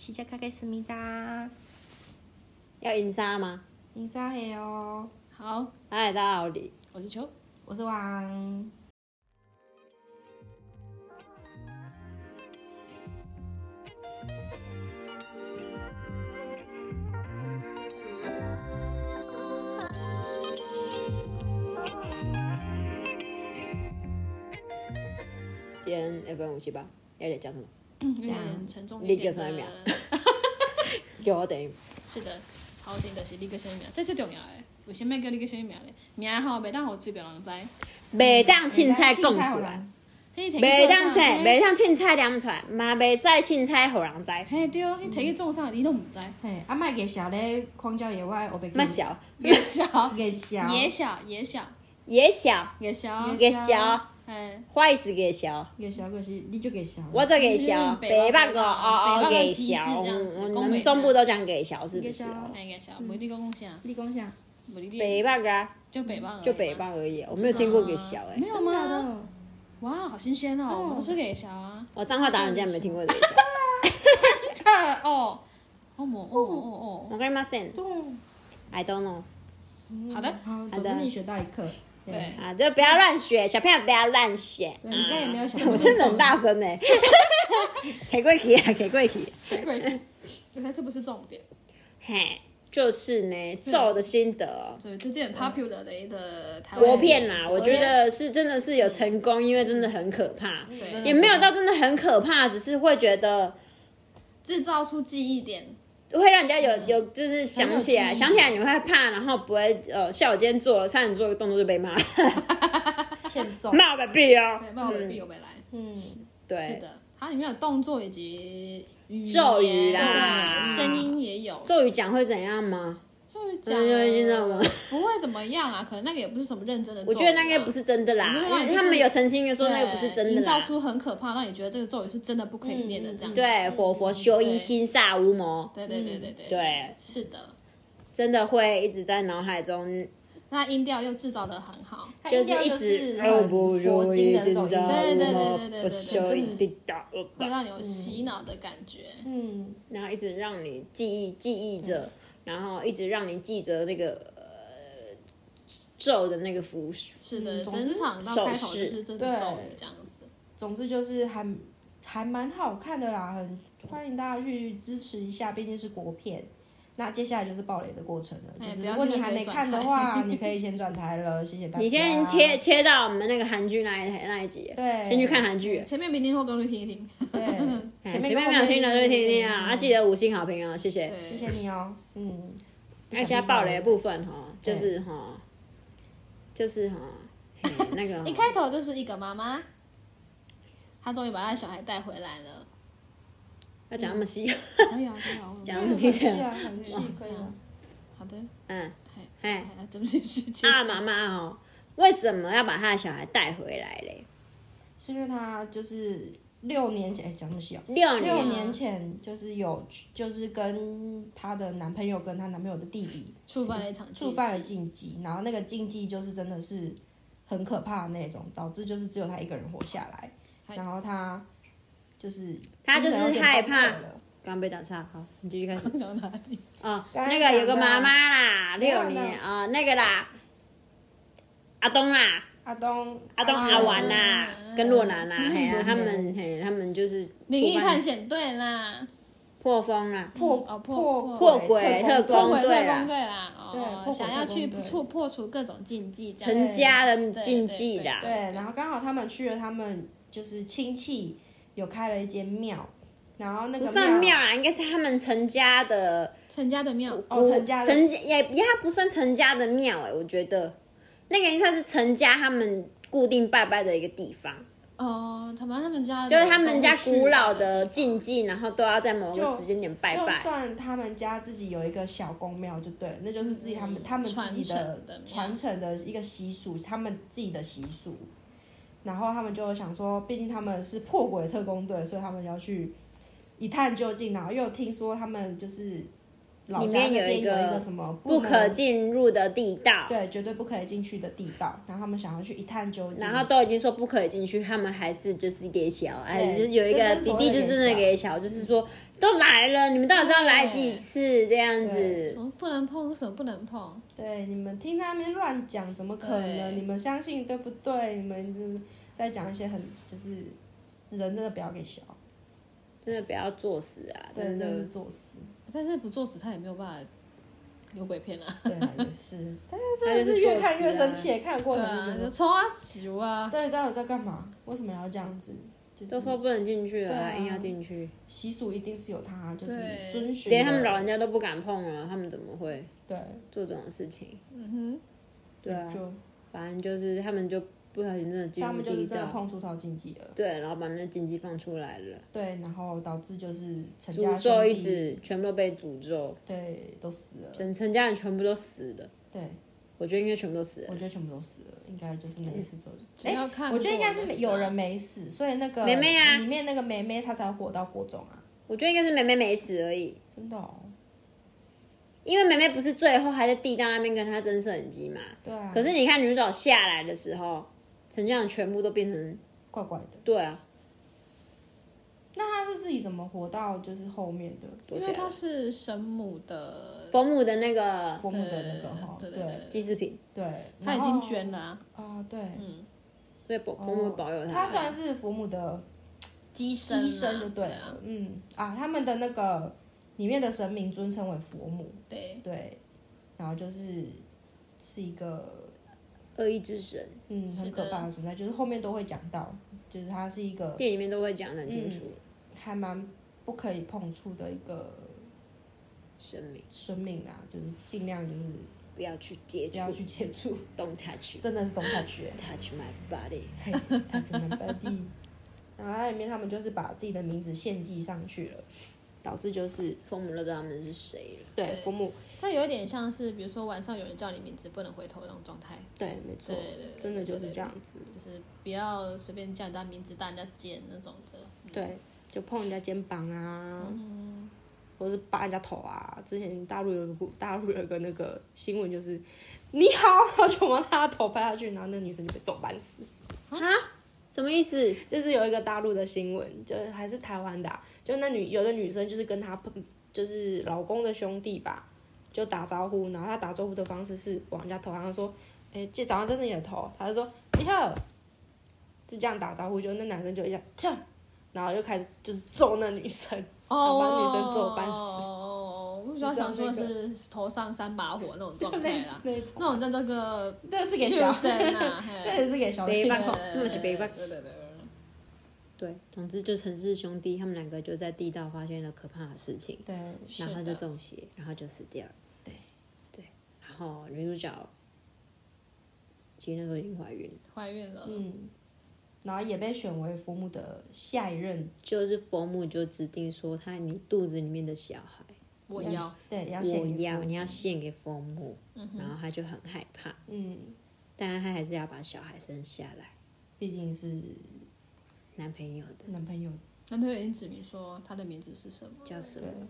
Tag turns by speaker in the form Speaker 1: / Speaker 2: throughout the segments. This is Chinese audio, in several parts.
Speaker 1: 시작하겠습니다.
Speaker 2: 要音沙吗？啊
Speaker 1: 인사해요.
Speaker 3: 好，
Speaker 2: 嗨，大家好，李
Speaker 3: 我是球。
Speaker 1: 오스왕.
Speaker 2: 今天要不然五七八，要得讲什么？
Speaker 3: 有点沉重
Speaker 2: 立
Speaker 3: 一
Speaker 2: 刻
Speaker 3: 点
Speaker 2: 三秒
Speaker 3: 的，
Speaker 2: 给我等一
Speaker 3: 是的，好听的是立刻声秒，这最重要诶。为什么叫立刻声秒咧？名吼袂当互嘴别人知，
Speaker 2: 袂当凊彩讲出来，
Speaker 3: 迄摕
Speaker 2: 袂
Speaker 3: 去
Speaker 2: 当对，
Speaker 3: 做啥
Speaker 2: 袂当凊彩念出来，嘛袂使凊彩互人知，
Speaker 3: 嘿对，迄摕去做啥你都毋知，
Speaker 1: 嘿，阿麦给小嘞，荒郊野外，我被
Speaker 2: 莫，小
Speaker 3: 野小
Speaker 1: 给小，
Speaker 3: 野小野小
Speaker 2: 野小
Speaker 3: 野小，
Speaker 2: 野小，
Speaker 3: 嘿，
Speaker 2: 坏死野小，
Speaker 1: 给小可是你就给小。
Speaker 2: 我做野小，
Speaker 3: 就是嗯北
Speaker 2: 北
Speaker 3: 方
Speaker 2: 半
Speaker 3: 的
Speaker 2: 个哦哦
Speaker 3: 北方的
Speaker 2: 野
Speaker 3: 极致
Speaker 2: 小，
Speaker 3: 这样子
Speaker 2: 我
Speaker 3: 东北
Speaker 2: 们
Speaker 3: 的
Speaker 2: 中部都讲野小是不是
Speaker 1: 野？小
Speaker 3: 嘿野小，无你讲讲啥，
Speaker 1: 立功下，
Speaker 3: 无你
Speaker 2: 北半个啊
Speaker 3: 就北方而已嘛，
Speaker 2: 就北方而已，我没有听过野小哎
Speaker 3: 啊没，有
Speaker 1: 真假
Speaker 3: 吗？
Speaker 1: 的？
Speaker 3: 哇，好新鲜哦，
Speaker 1: 嗯
Speaker 3: 我都是野小啊，
Speaker 2: 我彰化达人竟然没听过野小，
Speaker 3: 看哦，哦哦哦
Speaker 2: 我跟你妈 s e n
Speaker 1: 对，
Speaker 2: I don't know
Speaker 1: 嗯
Speaker 3: 好的
Speaker 1: 好，
Speaker 2: 好
Speaker 1: 总
Speaker 2: 的
Speaker 1: 之你学到一课。
Speaker 3: 对
Speaker 2: 啊，就不要乱学，小朋友不要乱学，啊
Speaker 1: 对，你应该也没有想到
Speaker 2: 我真的很大声哎、欸， 给过去啊，给过去。
Speaker 3: 哦，鬼故，可是这不是重点。
Speaker 2: 嘿，就是呢，咒的心得，
Speaker 3: 所以最
Speaker 1: 嗯
Speaker 3: 近很 popular 的一个台湾
Speaker 2: 国片啦，我
Speaker 3: 嗯国
Speaker 2: 觉
Speaker 3: 片嗯
Speaker 2: 得是真的是有成功，因为真的很可怕，
Speaker 3: 对
Speaker 2: 也
Speaker 1: 嗯
Speaker 2: 没有到真的很可怕，只是会觉得
Speaker 3: 制造出记忆点，
Speaker 2: 会让人家有有就是想起
Speaker 1: 很
Speaker 2: 来，
Speaker 1: 有记忆
Speaker 2: 想起来你会怕，然后不会呃，像我今天做了，差点做一个动作就被骂，
Speaker 1: 欠揍。
Speaker 2: 骂我个屁哦
Speaker 3: 对，，那我们必有未来。
Speaker 1: 嗯，
Speaker 3: 是
Speaker 2: 对，
Speaker 3: 的，它里面有动作以及语言
Speaker 2: 咒语啦
Speaker 3: 对声音也有。
Speaker 2: 咒语讲会怎样吗？
Speaker 3: 咒语讲
Speaker 2: 嗯就就那 种
Speaker 3: 不会怎么样啊啦，可能那个也不是什么认真的咒语啊。
Speaker 2: 我觉得那个不是真的啦，
Speaker 3: 只是会让你
Speaker 2: 因
Speaker 3: 就
Speaker 2: 为
Speaker 3: 是
Speaker 2: 他们有澄清的说那个不是
Speaker 3: 对
Speaker 2: 真的
Speaker 3: 营造
Speaker 2: 啦。嗯
Speaker 3: 出很可怕，让你觉得这个咒语是真的不可以念的这样子。
Speaker 2: 对，佛佛修一
Speaker 3: 对
Speaker 2: 心煞无谋，
Speaker 3: 对对对对对
Speaker 2: 对
Speaker 3: 是的。
Speaker 2: 真的会一直在脑海中。
Speaker 3: 那音调又制造的很好，
Speaker 1: 他
Speaker 2: 就
Speaker 1: 音
Speaker 2: 是
Speaker 1: 调
Speaker 2: 一
Speaker 1: 就是
Speaker 2: 直
Speaker 1: 很佛经的那种音
Speaker 3: 对
Speaker 1: 调。
Speaker 3: 对对对对
Speaker 2: 不
Speaker 3: 对
Speaker 2: 修一滴答我
Speaker 3: 会
Speaker 2: 吧，
Speaker 3: 让你有洗脑的感觉。
Speaker 1: 嗯，
Speaker 2: 然后一直让你记忆记忆着，然后一直让你记着那个呃咒的那个符术。
Speaker 3: 是的，
Speaker 1: 嗯总之
Speaker 3: 整场到开头就是这种咒语这样子。
Speaker 1: 总之就是还还蛮好看的啦，很欢迎大家去支持一下，毕竟是国片。那接下来就是爆雷的过程了，
Speaker 3: 哎
Speaker 1: 就是
Speaker 3: 不要
Speaker 1: 如果你还没看的话，
Speaker 3: 先转台
Speaker 1: 你可以先转台了，谢谢大家。
Speaker 2: 你先切切到我们那个韩剧那一那一集，
Speaker 1: 对，
Speaker 2: 先去看韩剧。
Speaker 3: 前面明天或跟我听一听，
Speaker 1: 对，
Speaker 2: 哎
Speaker 1: 前
Speaker 2: 前面没有听的就听一听啊，啊记
Speaker 1: 得
Speaker 2: 得五星好评哦，谢谢。
Speaker 1: 谢
Speaker 3: 对，
Speaker 1: 谢你哦， 嗯。
Speaker 2: 那现在爆雷的部分哈，就是哈，就是哈，嘿那个
Speaker 3: 一
Speaker 2: 齁
Speaker 3: 开头就是一个妈妈，她终于把她的小孩带回来了。
Speaker 2: 要讲那么细，
Speaker 3: 可以啊，可以啊，我
Speaker 2: 讲
Speaker 1: 很气啊，很 气，可以吗？
Speaker 3: 好的，
Speaker 2: 嗯，
Speaker 3: 哎
Speaker 2: 哎，
Speaker 3: 对不起，时间
Speaker 2: 啊妈妈哦，为什么要把他的小孩带回来嘞？
Speaker 1: 是因为他就是六年前，哎讲那么细啊，
Speaker 2: 六年，
Speaker 1: 六年前就是有就是跟她的男朋友跟她男朋友的弟弟
Speaker 3: 触犯了一场禁忌
Speaker 1: 触犯了禁忌，然后那个禁忌就是真的是很可怕的那种，导致就是只有她一个人活下来，
Speaker 3: 嗨
Speaker 1: 然后她就是
Speaker 2: 她就是
Speaker 1: 精神有点
Speaker 2: 害怕
Speaker 1: 崩溃了
Speaker 2: 刚被打岔，好，你继 续开始。
Speaker 3: 讲到哪里？
Speaker 2: 啊、
Speaker 1: 刚才
Speaker 2: 那个有个
Speaker 1: 讲到
Speaker 2: 妈妈啦，
Speaker 1: 没有
Speaker 2: 六年
Speaker 1: 呢
Speaker 2: 啊、那个啦，阿东啦，
Speaker 1: 阿东
Speaker 2: 阿东
Speaker 3: 啊
Speaker 2: 阿丸啦，
Speaker 3: 嗯
Speaker 2: 跟洛南啦，嘿
Speaker 1: 哦
Speaker 2: 啊，
Speaker 1: 嗯
Speaker 2: 他们嘿，他们就是
Speaker 3: 灵异
Speaker 2: 破
Speaker 3: 探
Speaker 2: 案
Speaker 3: 险队啦，
Speaker 2: 破风啦，
Speaker 1: 破
Speaker 3: 哦
Speaker 1: 破
Speaker 3: 破
Speaker 2: 破鬼
Speaker 1: 特
Speaker 2: 特
Speaker 3: 破
Speaker 2: 工
Speaker 3: 鬼特
Speaker 2: 队啦
Speaker 3: 工队啦，
Speaker 1: 啊对
Speaker 3: 哦
Speaker 1: 破，
Speaker 3: 想
Speaker 1: 鬼
Speaker 3: 要
Speaker 1: 特
Speaker 3: 去
Speaker 1: 工队
Speaker 3: 触破除各种禁忌，这样
Speaker 2: 陈家的禁忌
Speaker 3: 对对
Speaker 2: 啦，
Speaker 1: 对，然后刚好他们去了他们就是亲戚有开了一间庙，然后那
Speaker 2: 不
Speaker 1: 个
Speaker 2: 算庙啊啦，应该是他们陈家的
Speaker 3: 陈家的庙
Speaker 1: 哦陈家的
Speaker 2: 陈家也也它不算陈家的庙哎、我觉得那个应该算是陈家他们固定拜拜的一个地方，
Speaker 3: 哦，他们他们家的
Speaker 2: 就是他们家
Speaker 3: 都是去
Speaker 2: 古老的禁忌，然后都要在某个
Speaker 1: 就
Speaker 2: 时间点拜
Speaker 1: 就
Speaker 2: 拜。
Speaker 1: 算他们家自己有一个小公庙，就对了，那就是自己
Speaker 2: 嗯
Speaker 1: 他们、他们自己
Speaker 3: 传承的庙
Speaker 1: 传承的一个习俗，他们自己的习俗。然后他们就想说，毕竟他们是破鬼特工队，所以他们要去一探究竟。然后又听说他们就是老
Speaker 2: 里
Speaker 1: 家
Speaker 2: 面
Speaker 1: 那
Speaker 2: 有
Speaker 1: 边有
Speaker 2: 一
Speaker 1: 一
Speaker 2: 个
Speaker 1: 个什么
Speaker 2: 不可
Speaker 1: 能
Speaker 2: 进入的地道，
Speaker 1: 对，绝对不可以进去的地道，然后他们想要去一探究竟。
Speaker 2: 然后都已经说不可以进去，他们还是就是给小，哎，
Speaker 1: 对
Speaker 2: 就是有一个
Speaker 1: 这就是
Speaker 2: 弟
Speaker 1: 所谓
Speaker 2: 弟
Speaker 1: 的
Speaker 2: 就真的给小，就是说都来了，你们到底是要来几次这样
Speaker 3: 什
Speaker 2: 子？
Speaker 3: 么不能碰，什么不能碰，
Speaker 1: 对你们听他们乱讲，怎么可能？
Speaker 3: 对
Speaker 1: 你们相信对不对？你们就是在讲一些很就是人真的不要给小，
Speaker 2: 真的不要作死啊！
Speaker 1: 对，
Speaker 2: 真
Speaker 1: 真的
Speaker 2: 的
Speaker 1: 是，作死。
Speaker 3: 但是不作死他也没有办法有鬼片啊。
Speaker 1: 对啊，也是，但是
Speaker 2: 他
Speaker 1: 真的
Speaker 2: 就是
Speaker 1: 越看越生
Speaker 2: 作死啊。
Speaker 1: 气，看过
Speaker 3: 对
Speaker 1: 头就
Speaker 3: 啊，
Speaker 1: 觉
Speaker 3: 就
Speaker 1: 得，
Speaker 3: 冲啊球啊，
Speaker 1: 对，到底在干嘛？为什么要这样子？就
Speaker 2: 都说
Speaker 1: 是
Speaker 2: 不能进去了，
Speaker 1: 对啊
Speaker 2: 还硬要进去，
Speaker 1: 习俗一定是有它，就是
Speaker 3: 对
Speaker 1: 遵循的。
Speaker 2: 连他们老人家都不敢碰了，他们怎么会
Speaker 1: 对
Speaker 2: 做这种事情？
Speaker 3: 嗯
Speaker 2: 对啊，
Speaker 1: 就
Speaker 2: 反正就是他们就不小心真的进
Speaker 1: 他
Speaker 2: 入
Speaker 1: 们就是
Speaker 2: 地
Speaker 1: 真的
Speaker 2: 道，
Speaker 1: 碰触到禁忌了。
Speaker 2: 对，然后把那经济放出来了，
Speaker 1: 对，然后导致就是陈家
Speaker 2: 诅咒一
Speaker 1: 兄弟，
Speaker 2: 直全部都被诅咒，
Speaker 1: 对，都死了。
Speaker 2: 整陈家人全部都死了，
Speaker 1: 对，
Speaker 2: 我觉得应该全部都死了
Speaker 1: 我。觉得全部都死了，应该就是那一次之后就。哎
Speaker 3: 哼，只要看
Speaker 1: 我觉得应该
Speaker 3: 过
Speaker 1: 是
Speaker 3: 就
Speaker 1: 有人没死，所以那个
Speaker 2: 妹妹啊
Speaker 1: 里面那个梅梅她才火到国中啊，
Speaker 2: 我觉得应该是梅梅没死而已，
Speaker 1: 真的哦。
Speaker 2: 因为梅梅不是最后还在地道那边跟她争摄影机嘛。
Speaker 1: 对啊，
Speaker 2: 可是你看女主角下来的时候，陈家人全部都变成
Speaker 1: 怪怪的。
Speaker 2: 对啊，
Speaker 1: 那她是自己怎么活到就是后面的
Speaker 2: 躲
Speaker 3: 因
Speaker 2: 起
Speaker 3: 为
Speaker 2: 来了
Speaker 3: 他。是神母的，
Speaker 2: 冯母的那个
Speaker 1: 父母的那个哈？
Speaker 3: 对
Speaker 1: 对
Speaker 3: 对对
Speaker 2: 祭祀品，
Speaker 1: 对，
Speaker 3: 他已
Speaker 1: 然后
Speaker 3: 经捐了啊，
Speaker 1: 啊，对，
Speaker 2: 所以冯冯母保佑
Speaker 1: 她
Speaker 2: 她。
Speaker 1: 算是父母的
Speaker 3: 鸡生
Speaker 1: 牺
Speaker 3: 啊
Speaker 1: 牲就对
Speaker 3: 对
Speaker 1: 了
Speaker 3: 啊，，
Speaker 1: 嗯啊，他们的那个里面的神明尊称为佛母，
Speaker 3: 对，
Speaker 1: 对，然后就是是一个
Speaker 2: 恶意之神，
Speaker 1: 嗯
Speaker 3: 是
Speaker 1: 很可怕的存在，就是后面都会讲到，就是他是一个
Speaker 2: 店里面都会讲得很清楚，
Speaker 1: 嗯还蛮不可以碰触的一个
Speaker 2: 神明
Speaker 1: 生命啊，就是尽量就是
Speaker 2: 不要去接
Speaker 1: 不要
Speaker 2: 触
Speaker 1: 去接触，
Speaker 2: ，Don't touch，
Speaker 1: 真的是懂他学。
Speaker 2: touch my body。
Speaker 1: 嘿， 他就蛮本地。然后它里面他们就是把自己的名字献祭上去了，导致就是
Speaker 2: 冯母都知道他们是谁了，
Speaker 1: 对
Speaker 3: 对
Speaker 1: 父母
Speaker 3: 他有点像是比如说晚上有人叫你名字不能回头那种状态，
Speaker 1: 对没错
Speaker 3: 对，对对，对
Speaker 1: 真的就是这，样子，
Speaker 3: 对对就是不要随便叫人家名字，大人家尖那种的，
Speaker 1: 对，就碰人家肩膀啊，或是扒人家头啊。之前大陆有个故，大陆有个那个新闻就是。你好，然后就往他的头拍下去，然后那个女生就被揍半死。
Speaker 2: 什么意思？
Speaker 1: 就是有一个大陆的新闻，就还是台湾的啊、就那女有个女生就是跟她就是老公的兄弟吧，就打招呼，然后她打招呼的方式是往人家头上说，哎、这早上这是你的头，她就说你好，就这样打招呼，就那男生就一下，切然后就开始就是揍那女生，
Speaker 3: 哦，
Speaker 1: 把女生揍半死
Speaker 3: 哦，我主要想说的是头上三把火那种状态
Speaker 1: 类似
Speaker 3: 啦，
Speaker 1: 那种，
Speaker 3: 那种叫这个
Speaker 1: 这是给小，
Speaker 3: 针啊，嘿
Speaker 1: 这也是给小
Speaker 2: 北
Speaker 1: 弟
Speaker 2: 方
Speaker 1: 揍
Speaker 2: 口那是北方
Speaker 3: 对对对对对。
Speaker 2: 对，总之就陈氏兄弟他们两个就在地道发现了可怕的事情。
Speaker 1: 对，
Speaker 2: 然后他
Speaker 3: 是
Speaker 2: 就
Speaker 3: 的
Speaker 2: 中邪，然后就死掉了。对对，然后女主角其实那时候已经怀孕了，
Speaker 3: 怀孕了，
Speaker 1: 嗯，然后也被选为父母的下一任，
Speaker 2: 就是佛母就指定说她你肚子里面的小孩，
Speaker 3: 我
Speaker 1: 要
Speaker 3: 要，
Speaker 1: 对要献
Speaker 2: 我
Speaker 1: 给
Speaker 2: 要
Speaker 1: 佛
Speaker 2: 你要
Speaker 1: 母
Speaker 2: 献给佛母，
Speaker 3: 嗯
Speaker 2: 然后她就很害怕，
Speaker 1: 嗯。
Speaker 2: 但她还是要把小孩生下来，
Speaker 1: 毕竟是
Speaker 2: 男朋友的
Speaker 1: 男朋友，
Speaker 3: 男朋友已经指明说他的名字是什么，
Speaker 2: 叫什
Speaker 1: 对
Speaker 2: 么？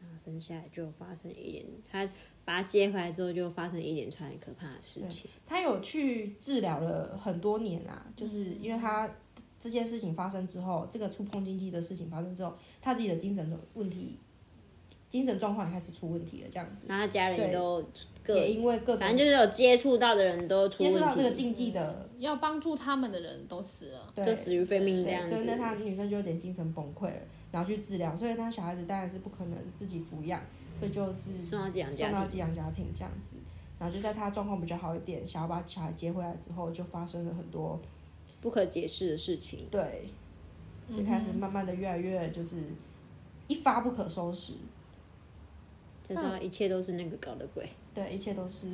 Speaker 2: 然后生下来就发生一连，她把她接回来之后就发生一连串很可怕的事情。
Speaker 1: 他有去治疗了很多年啊，就是
Speaker 2: 嗯
Speaker 1: 因为他这件事情发生之后，这个触碰禁忌的事情发生之后，他自己的精神问题、精神状况也开始出问题了，这样子，
Speaker 2: 然后她家人也都各，
Speaker 1: 也因为各
Speaker 2: 反正
Speaker 1: 种
Speaker 2: 就是有接触到的人都出
Speaker 1: 接触
Speaker 2: 问
Speaker 1: 到这个
Speaker 2: 题，
Speaker 1: 禁忌的，
Speaker 3: 要帮助他们的人都死了，
Speaker 1: 对
Speaker 2: 就死于非命这
Speaker 1: 对，
Speaker 2: 样子。
Speaker 1: 所以那他女生就有点精神崩溃了，然后去治疗，所以他小孩子当然是不可能自己抚养，所以就是
Speaker 2: 送到寄养
Speaker 1: 送
Speaker 2: 家
Speaker 1: 到
Speaker 2: 庭，
Speaker 1: 寄养家庭这样子。然后就在他状况比较好一点，想要把小孩接回来之后，就发生了很多
Speaker 2: 不可解释的事情。
Speaker 1: 对就
Speaker 3: 嗯
Speaker 1: 开始慢慢的越来越就是一发不可收拾，
Speaker 2: 再说
Speaker 1: 嗯
Speaker 2: 一切都是那个搞的鬼，
Speaker 1: 对，一切都是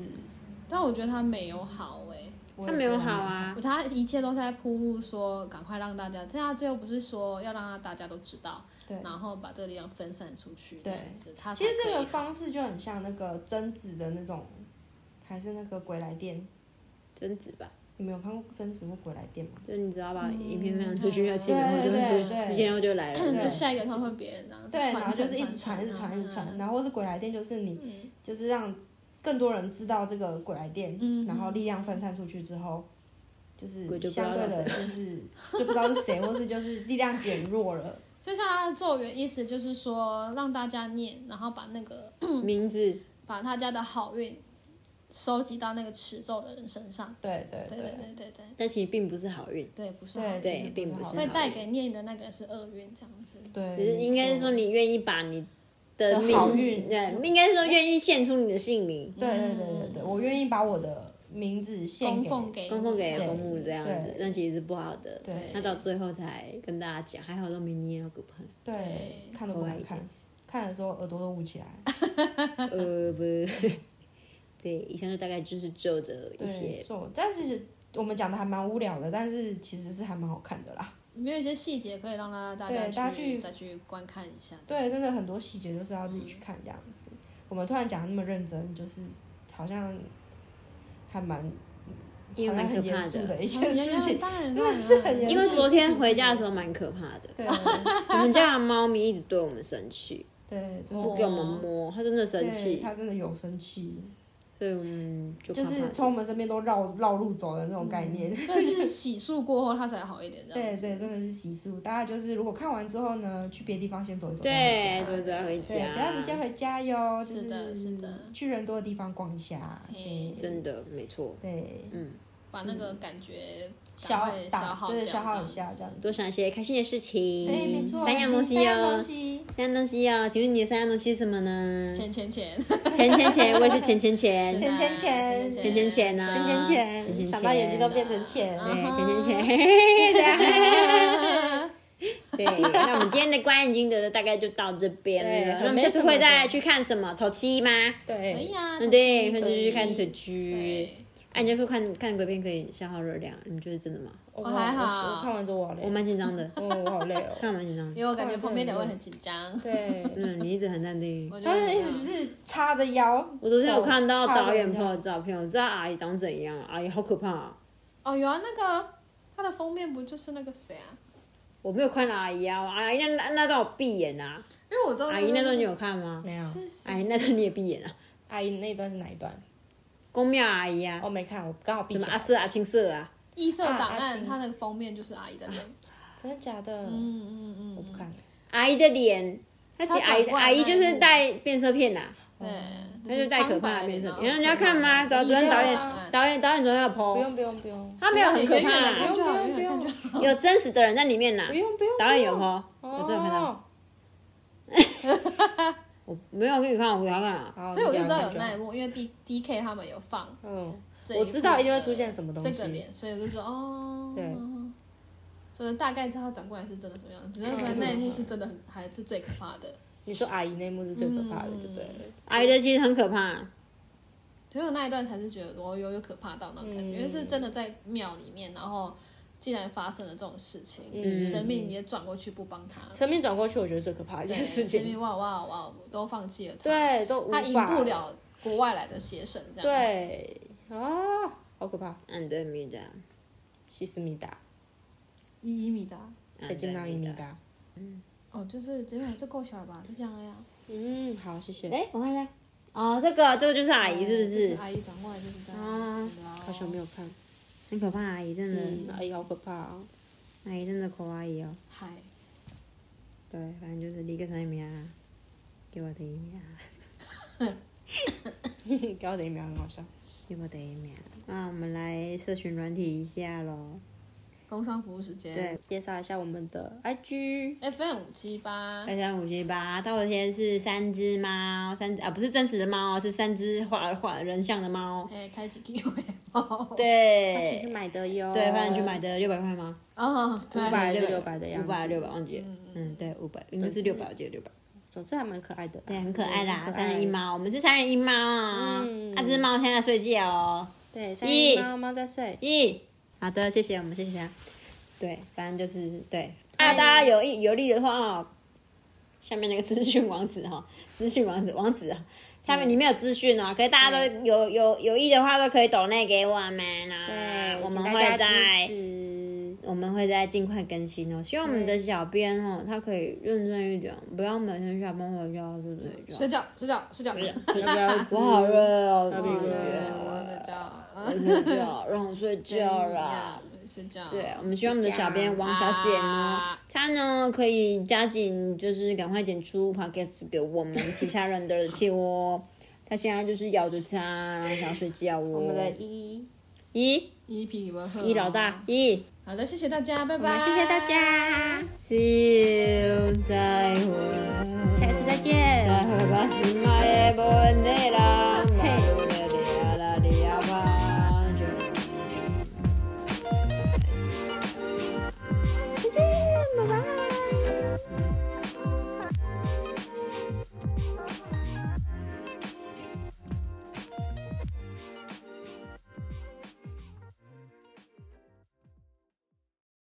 Speaker 3: 但我觉得他没有好哎、
Speaker 1: 我
Speaker 2: 他
Speaker 1: 也
Speaker 2: 没有
Speaker 1: 觉得
Speaker 2: 好
Speaker 1: 蛮，
Speaker 2: 啊，
Speaker 3: 他一切都是在铺路说赶快让大家，但他最后不是说要让大家都知道，
Speaker 1: 对。
Speaker 3: 然后把这个力量分散出去，
Speaker 1: 对
Speaker 3: 这样子，他
Speaker 1: 其
Speaker 3: 才
Speaker 1: 实这
Speaker 3: 可
Speaker 1: 个
Speaker 3: 以
Speaker 1: 方式就很像那个贞子的那种，还是那个鬼来电，
Speaker 2: 贞子吧，
Speaker 1: 你们有看过贞子或鬼来电吗？
Speaker 2: 就是你只要把影片放出去，要七
Speaker 1: 对
Speaker 2: 秒后就
Speaker 1: 嗯对
Speaker 2: 会
Speaker 1: 对
Speaker 2: 出，七天后就来了。
Speaker 3: 就
Speaker 1: 对
Speaker 3: 下一个他会别人这样，
Speaker 1: 对，
Speaker 3: 传
Speaker 1: 然后就是一直传，
Speaker 3: 传
Speaker 1: 一直传，一直传，
Speaker 3: 嗯
Speaker 1: 然后或是鬼来电，就是你，
Speaker 3: 嗯
Speaker 1: 就是让更多人知道这个鬼来电，
Speaker 3: 嗯
Speaker 1: 然后力量分散出去之后，就是
Speaker 2: 鬼就不知
Speaker 1: 相
Speaker 2: 道
Speaker 1: 对
Speaker 2: 是
Speaker 1: 的，就是就 不知道是谁，或是就是力量减弱了。
Speaker 3: 就像嗯他的咒语意思就是说让大家念，然后把那个
Speaker 2: 名字
Speaker 3: 把他家的好运收集到那个持咒的人身上。
Speaker 1: 对对
Speaker 3: 对对对对对
Speaker 2: 但其实并不是好运，
Speaker 3: 对，不是好
Speaker 1: 对，啊
Speaker 3: 运
Speaker 2: 对
Speaker 1: 其实
Speaker 2: 并不
Speaker 1: 好
Speaker 2: 是
Speaker 3: 会
Speaker 2: 好
Speaker 3: 带给念的那个人是厄运这样子。
Speaker 1: 对，
Speaker 2: 只是应该是
Speaker 1: 没错
Speaker 2: 说你愿意把你的
Speaker 1: 的
Speaker 2: 名
Speaker 1: 好运嗯
Speaker 2: 对，应该是说愿意献出你的姓名，
Speaker 1: 对对对对对，我愿意把我的名字献嗯
Speaker 3: 供
Speaker 1: 给
Speaker 3: 奉给
Speaker 2: 供奉给
Speaker 1: 对
Speaker 2: 公母这样子
Speaker 1: 对，
Speaker 2: 那其实是不好的。
Speaker 1: 对
Speaker 2: 那到最后才跟大家讲，还好都没捏到骨盆，
Speaker 1: 对，看都
Speaker 2: ，Oh
Speaker 1: 不敢看，看的时候耳朵都捂起来。
Speaker 2: 呃不， 对，以上就大概就是咒的一
Speaker 1: 对，
Speaker 2: 些，
Speaker 1: 做，但其实我们讲的还蛮无聊的，但是其实是还蛮好看的啦。
Speaker 3: 里面有一些细节可以让大家
Speaker 1: 对啊
Speaker 3: 大
Speaker 1: 大
Speaker 3: 家
Speaker 1: 家去
Speaker 3: 再去观看一下。哦
Speaker 1: 对，真的很多细节就是要自己去看这样子。我们突然讲得那么认真，就是好像还蛮
Speaker 2: 因
Speaker 1: 好
Speaker 2: 为
Speaker 1: 像
Speaker 2: 蛮
Speaker 1: 很
Speaker 2: 可怕
Speaker 1: 严肃
Speaker 2: 的。
Speaker 1: 的一件
Speaker 3: 哦你要
Speaker 1: 事情。
Speaker 3: 当然
Speaker 1: 真的是很严肃
Speaker 2: 因为昨天回家的时候，蛮可怕的，
Speaker 1: 对
Speaker 2: 我们家的猫咪一直对我们生气，
Speaker 1: 对，真
Speaker 2: 不
Speaker 1: 的
Speaker 2: 给我
Speaker 1: 是
Speaker 2: 们摸，它真的生
Speaker 1: 哦对
Speaker 2: 气，
Speaker 1: 他真的有生气，
Speaker 2: 所以我们就怕
Speaker 1: 就
Speaker 2: 怕
Speaker 1: 是从我们身边都绕绕路走的那种概念。
Speaker 3: 但是洗漱过后它才好一点，这样
Speaker 1: 对对，真的是习俗。大家就是如果看完之后呢，去别的地方先走一走，再回
Speaker 2: 对，
Speaker 1: 家
Speaker 2: 就只要回
Speaker 1: 对，
Speaker 2: 家，
Speaker 1: 不要直接回家哟，就是
Speaker 3: 的是的
Speaker 1: 去人多的地方逛一下，
Speaker 3: 嘿
Speaker 1: 对
Speaker 2: 真的没错，
Speaker 1: 对，
Speaker 2: 嗯，
Speaker 3: 把那个感觉
Speaker 1: 消
Speaker 3: 赶快消
Speaker 1: 打
Speaker 3: 耗
Speaker 1: 对
Speaker 3: 掉
Speaker 1: 消
Speaker 3: 这
Speaker 1: 耗
Speaker 3: 样
Speaker 1: 一下
Speaker 3: 子
Speaker 1: 这样子，
Speaker 2: 多想一些开心的事情，
Speaker 1: 对，没错，
Speaker 2: 三样东西
Speaker 1: 三样
Speaker 2: 哦
Speaker 1: 东，西，
Speaker 2: 三样东西哦，请问你的三样东西是什么呢？
Speaker 3: 钱钱钱，
Speaker 2: 钱钱钱，我也是钱钱钱，
Speaker 1: 钱钱钱
Speaker 2: 钱钱钱啊
Speaker 1: 钱钱钱，想到眼睛都变成钱，
Speaker 3: 啊
Speaker 2: 对，钱 钱钱嘿 嘿嘿嘿，对，那我们今天的观影心得大概就到这边
Speaker 1: 对
Speaker 2: 了，那我
Speaker 1: 很
Speaker 2: 们
Speaker 1: 没
Speaker 2: 下次
Speaker 1: 什么
Speaker 2: 会再
Speaker 1: 的
Speaker 2: 去看什么？头七吗？
Speaker 3: 哎
Speaker 1: 对，
Speaker 3: 呀，
Speaker 2: 嗯，对，那
Speaker 3: 可
Speaker 2: 就
Speaker 3: 惜
Speaker 2: 去看
Speaker 3: 可
Speaker 2: 腿
Speaker 3: 惜
Speaker 2: 居。
Speaker 3: 对，
Speaker 2: 哎，人家说看看鬼片可以消耗热量，你们觉得真的吗？
Speaker 1: 我
Speaker 3: 我还好
Speaker 1: 我我看完之后我好累
Speaker 2: 我，蛮紧张的，
Speaker 1: 哦，我好累哦，
Speaker 2: 看完蛮紧张的。
Speaker 3: 因为我感觉旁边两位很紧张，
Speaker 1: 对，
Speaker 2: 嗯，你一直很淡定。
Speaker 3: 我觉
Speaker 1: 他
Speaker 3: 得
Speaker 1: 们一直是叉着腰，
Speaker 2: 我昨天有
Speaker 1: 手
Speaker 2: 看到
Speaker 1: 叉着
Speaker 2: 导演
Speaker 1: 腰
Speaker 2: 拍的照片，我知道阿姨长怎样，阿姨好可怕、啊。
Speaker 3: 哦，有啊，那个它的封面不就是那个谁啊？
Speaker 2: 我没有看阿姨啊，我阿姨那那那段我闭眼啊。
Speaker 3: 因为我知道
Speaker 2: 阿
Speaker 3: 那
Speaker 2: 姨
Speaker 3: 个
Speaker 2: 那段你有看吗？
Speaker 1: 没有，
Speaker 3: 是谁？
Speaker 2: 阿姨那段你也闭眼啊。
Speaker 1: 阿姨那一段是哪一段？哦
Speaker 2: 公庙阿姨啊，
Speaker 1: 我没看，我刚好闭
Speaker 2: 什
Speaker 1: 起
Speaker 2: 么阿
Speaker 1: 来，
Speaker 2: 瑟啊、青色啊，
Speaker 3: 异色档
Speaker 1: 啊阿
Speaker 3: 案，
Speaker 1: 青
Speaker 3: 它那个封面就是阿姨的脸。
Speaker 1: 真的假的？
Speaker 3: 嗯嗯嗯，
Speaker 1: 我不看，
Speaker 2: 阿姨的脸，她其实阿姨
Speaker 3: 她转过来
Speaker 2: 阿姨就是戴变色片呐、啊
Speaker 3: 对，
Speaker 2: 她就戴可怕的变色
Speaker 3: 嗯苍白
Speaker 2: 片。
Speaker 3: 脸哦
Speaker 2: 你要看吗？找昨天导演，导演导演昨天有
Speaker 1: 不
Speaker 2: PO，
Speaker 1: 用不用不用，
Speaker 2: 他没有很可怕、
Speaker 3: 远远地看
Speaker 2: 啊，
Speaker 3: 就好
Speaker 1: 不用不用
Speaker 3: 远远地看就好
Speaker 2: 有真实的人在里面呐、
Speaker 1: 不用不用，
Speaker 2: 导演有
Speaker 1: 不用
Speaker 2: PO，我真的有看到，
Speaker 1: 哦
Speaker 2: 我没有给你看，我给他看啊。
Speaker 1: 好
Speaker 3: 所以我就知道有
Speaker 1: 你不要
Speaker 3: 那一
Speaker 1: 看
Speaker 3: 幕，因为 D D K 他们有放
Speaker 1: 就好嗯，
Speaker 3: 这一幕的，
Speaker 1: 哦我知道一定会出现什么东西。
Speaker 3: 这个脸，所以我就说哦，
Speaker 1: 对，
Speaker 3: 所以大概知道他转过来是真的什么样子，只是可能那一幕是真的很还是最可怕的。
Speaker 1: 你说阿姨那一幕是最可怕的，对不对了？
Speaker 2: 阿姨的其实很可怕，
Speaker 3: 只有那一段才是觉得我有有可怕到那种感觉，因为是真的在庙里面，然后竟然发生了这种事情，神明也转过去不帮他，
Speaker 1: 生命转过去，我觉得最可怕的一
Speaker 3: 对
Speaker 1: 件事
Speaker 3: 神
Speaker 1: 情。
Speaker 3: 明哇哇哇都放弃了他，
Speaker 1: 对，都无
Speaker 3: 他
Speaker 1: 法
Speaker 3: 赢不。了国外来的邪神这样子。
Speaker 1: 对啊，好可怕！
Speaker 2: 安德米达，
Speaker 1: 西斯密达，
Speaker 3: 一一米达，
Speaker 2: 嗯
Speaker 1: 再见到伊米达。
Speaker 3: 哦，就是这边就够小了吧，就这样了呀。
Speaker 1: 嗯，好，谢谢。
Speaker 2: 哎、我看一下，哦，这个这个就是阿姨是不？
Speaker 3: 就是阿姨转过来就是这样。啊
Speaker 2: 哦
Speaker 1: 好久没有看，
Speaker 2: 很可怕，阿姨真的，
Speaker 1: 嗯，阿姨好可怕啊！
Speaker 2: 阿姨真的可爱哦。
Speaker 3: 嗨，
Speaker 2: 对，反正就是立刻上面啊，给我的啊一秒，
Speaker 1: 刚刚的一秒很好笑。
Speaker 2: 给我的一秒。那我们来社群软体一下喽。
Speaker 3: 工商服务时间。
Speaker 2: 对，
Speaker 1: 介绍一下我们的 IG，
Speaker 3: ，FM 五七八
Speaker 2: 二，三五七八，到我天是三只猫，三只啊不是真实的猫，是三只画画人像的猫。
Speaker 3: 哎，开几哦 Q 回报。
Speaker 1: 请去
Speaker 2: 对，
Speaker 1: 买的哟。
Speaker 2: 对，反正去买的六百块吗？
Speaker 3: 哦，对，
Speaker 1: 五百还是
Speaker 2: 600
Speaker 1: 600的样子
Speaker 2: 五百六百忘记了。嗯，对，五百应该是六百，我记得六百。
Speaker 1: 总之还蛮可爱的啦。
Speaker 2: 对，很可爱
Speaker 1: 嗯
Speaker 2: 啦，
Speaker 1: 很可
Speaker 2: 三人一猫，我们是三人一猫啊。
Speaker 1: 嗯
Speaker 2: 那这只猫现在在睡觉哦。
Speaker 1: 对，三人一
Speaker 2: 一
Speaker 1: 猫猫在睡。
Speaker 2: 咦，好的，谢谢我们，谢谢哎他。对，反正就是对。啊，大家有意有利的话哦，下面那个资讯网址哈，资讯网址网址啊，下面里面有资讯哦，可以大家都有有有意的话都可以抖内给我们啦，嗯我们会在我们会在尽快更新哦，希望我们的小编哦，他可以认真一点，不要每天下班回家就睡觉。
Speaker 3: 睡觉，睡觉，睡 觉。
Speaker 1: 要不要吃
Speaker 2: 我好热哦，
Speaker 1: 要不
Speaker 3: 对，
Speaker 1: 要
Speaker 2: 好
Speaker 3: 我
Speaker 2: 热
Speaker 3: 在
Speaker 2: 哦，
Speaker 3: 家。嗯
Speaker 2: 睡觉，哦让我睡觉啦。，
Speaker 3: 睡觉。
Speaker 2: 对，啊我们希望我们的小编王小姐呢
Speaker 3: 啊，
Speaker 2: 她呢可以加紧，就是赶快剪出 podcast 给我们其他人的听哦。她现在就是咬着它，然后想要睡觉
Speaker 1: 我们的
Speaker 2: 哦。
Speaker 1: 一，
Speaker 2: 一
Speaker 3: 一皮不喝。
Speaker 2: 一老
Speaker 1: 哦
Speaker 2: 大。一，
Speaker 3: 好的，谢谢大家，拜
Speaker 1: 我
Speaker 3: 拜。
Speaker 1: 们谢谢大，家，
Speaker 2: see you，再会，
Speaker 1: 下一次再见。
Speaker 2: 再会吧，是妈耶，不问你啦。